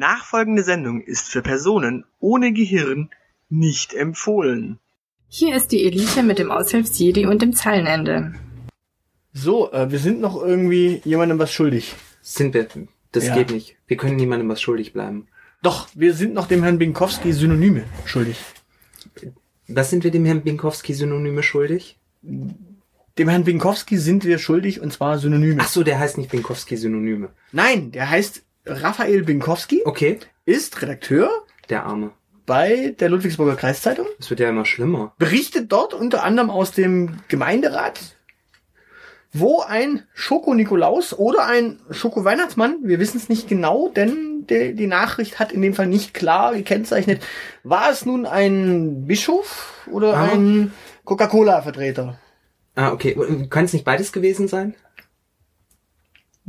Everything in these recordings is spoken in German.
Nachfolgende Sendung ist für Personen ohne Gehirn nicht empfohlen. Hier ist die Elite mit dem Aushilfsjedi und dem Zeilenende. So, äh, wir sind noch irgendwie jemandem was schuldig. Sind wir. Das Ja. geht nicht. Wir können niemandem was schuldig bleiben. Doch, wir sind noch dem Herrn Binkowski Synonyme schuldig. Was sind wir dem Herrn Binkowski Synonyme schuldig? Dem Herrn Binkowski sind wir schuldig und zwar Synonyme. Ach so, der heißt nicht Binkowski Synonyme. Nein, der heißt Raphael Binkowski, Okay, ist Redakteur der Arme. bei der Ludwigsburger Kreiszeitung, Es wird ja immer schlimmer. berichtet dort unter anderem aus dem Gemeinderat, wo ein Schoko-Nikolaus oder ein Schoko-Weihnachtsmann, wir wissen es nicht genau, denn der- die Nachricht hat in dem Fall nicht klar gekennzeichnet, war es nun ein Bischof oder Ah. ein Coca-Cola-Vertreter? Ah, okay. Kann es nicht beides gewesen sein?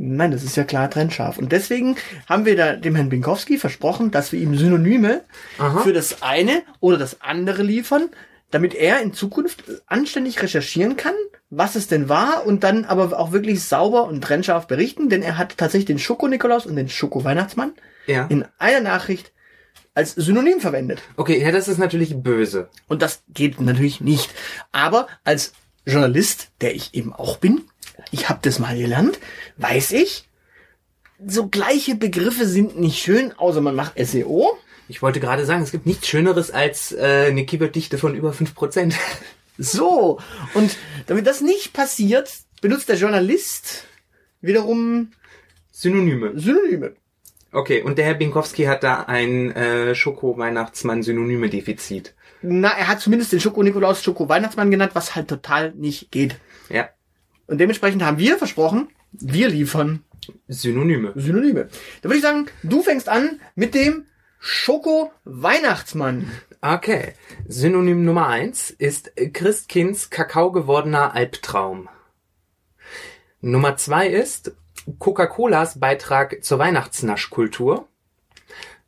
Nein, das ist ja klar trennscharf. Und deswegen haben wir da dem Herrn Binkowski versprochen, dass wir ihm Synonyme Aha. für das eine oder das andere liefern, damit er in Zukunft anständig recherchieren kann, was es denn war und dann aber auch wirklich sauber und trennscharf berichten, denn er hat tatsächlich den Schoko-Nikolaus und den Schoko-Weihnachtsmann Ja. in einer Nachricht als Synonym verwendet. Okay, ja, das ist natürlich böse. Und das geht natürlich nicht. Aber als Journalist, der ich eben auch bin, ich habe das mal gelernt, weiß ich, so gleiche Begriffe sind nicht schön, außer man macht E SEO. Ich wollte gerade sagen, es gibt nichts Schöneres als äh, eine Keyworddichte von über 5%. So, und damit das nicht passiert, benutzt der Journalist wiederum Synonyme. Synonyme. Okay, und der Herr Binkowski hat da ein äh, Schoko-Weihnachtsmann-Synonyme-Defizit. Na, er hat zumindest den Schoko-Nikolaus Schoko-Weihnachtsmann genannt, was halt total nicht geht. Ja, Und dementsprechend haben wir versprochen, wir liefern Synonyme. Synonyme. Da würde ich sagen, du fängst an mit dem Schoko-Weihnachtsmann. Okay. Synonym Nummer eins ist Christkinds Kakao gewordener Albtraum. Nummer zwei ist Coca-Colas Beitrag zur Weihnachtsnaschkultur.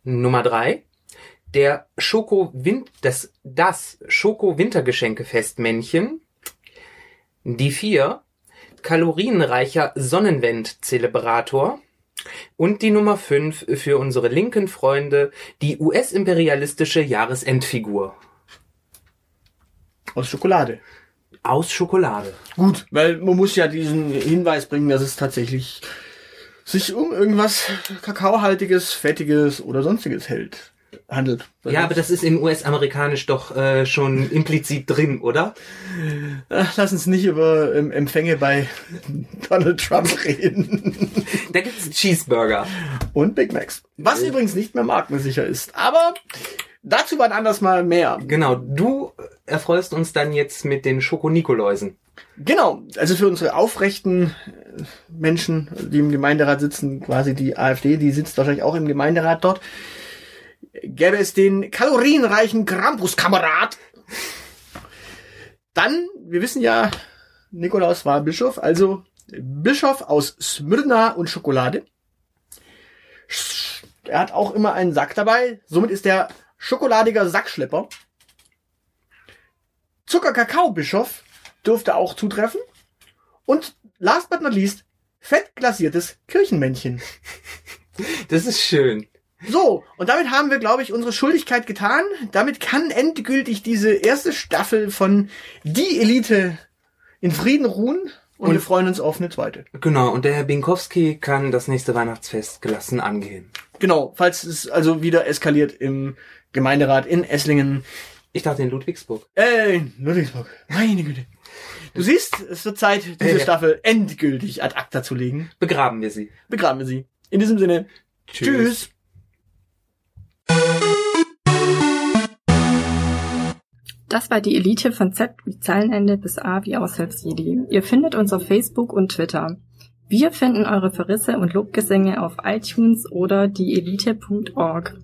Nummer drei, der Schoko Win das, das Schoko Wintergeschenkefestmännchen. Die vier, kalorienreicher Sonnenwend-Zelebrator. Und die Nummer 5 für unsere linken Freunde, die US-imperialistische Jahresendfigur. Aus Schokolade. Aus Schokolade. Gut, weil man muss ja diesen Hinweis bringen, dass es tatsächlich sich um irgendwas Kakaohaltiges, Fettiges oder Sonstiges hält. Handelt. Weil Ja, aber das ist in US-amerikanisch doch äh, schon implizit drin, oder? Ach, Äh, lass uns nicht über ähm, Empfänge bei Donald Trump reden. Da gibt's Cheeseburger. Und Big Macs. Was übrigens nicht mehr markensicher ist. Aber dazu wann anders mal mehr. Genau, du erfreust uns dann jetzt mit den Schokonikoläusen. Genau, also für unsere aufrechten äh, Menschen, die im Gemeinderat sitzen, quasi die AfD, die sitzt wahrscheinlich auch im Gemeinderat dort, gäbe es den kalorienreichen Krampuskamerad. Dann, wir wissen ja, Nikolaus war Bischof, also Bischof aus Smyrna und Schokolade. Sch- Er hat auch immer einen Sack dabei, somit ist er schokoladiger Sackschlepper. Zucker-Kakao-Bischof dürfte auch zutreffen. Und last but not least, fettglasiertes Kirchenmännchen. Das ist schön. So, und damit haben wir, glaube ich, unsere Schuldigkeit getan. Damit kann endgültig diese erste Staffel von Die Elite in Frieden ruhen. Und, Und- wir freuen uns auf eine zweite. Genau, und der Herr Binkowski kann das nächste Weihnachtsfest gelassen angehen. Genau, falls es also wieder eskaliert im Gemeinderat in Esslingen. Ich dachte in Ludwigsburg. Äh, in Ludwigsburg. Meine Güte. Du siehst, es wird Zeit, diese Ja. Staffel endgültig ad acta zu legen. Begraben wir sie. Begraben wir sie. In diesem Sinne, tschüss. Das war die Elite von Z wie Zeilenende bis A wie Aushilfsjedi. Ihr findet uns auf Facebook und Twitter. Wir finden eure Verrisse und Lobgesänge auf iTunes oder dieelite.org.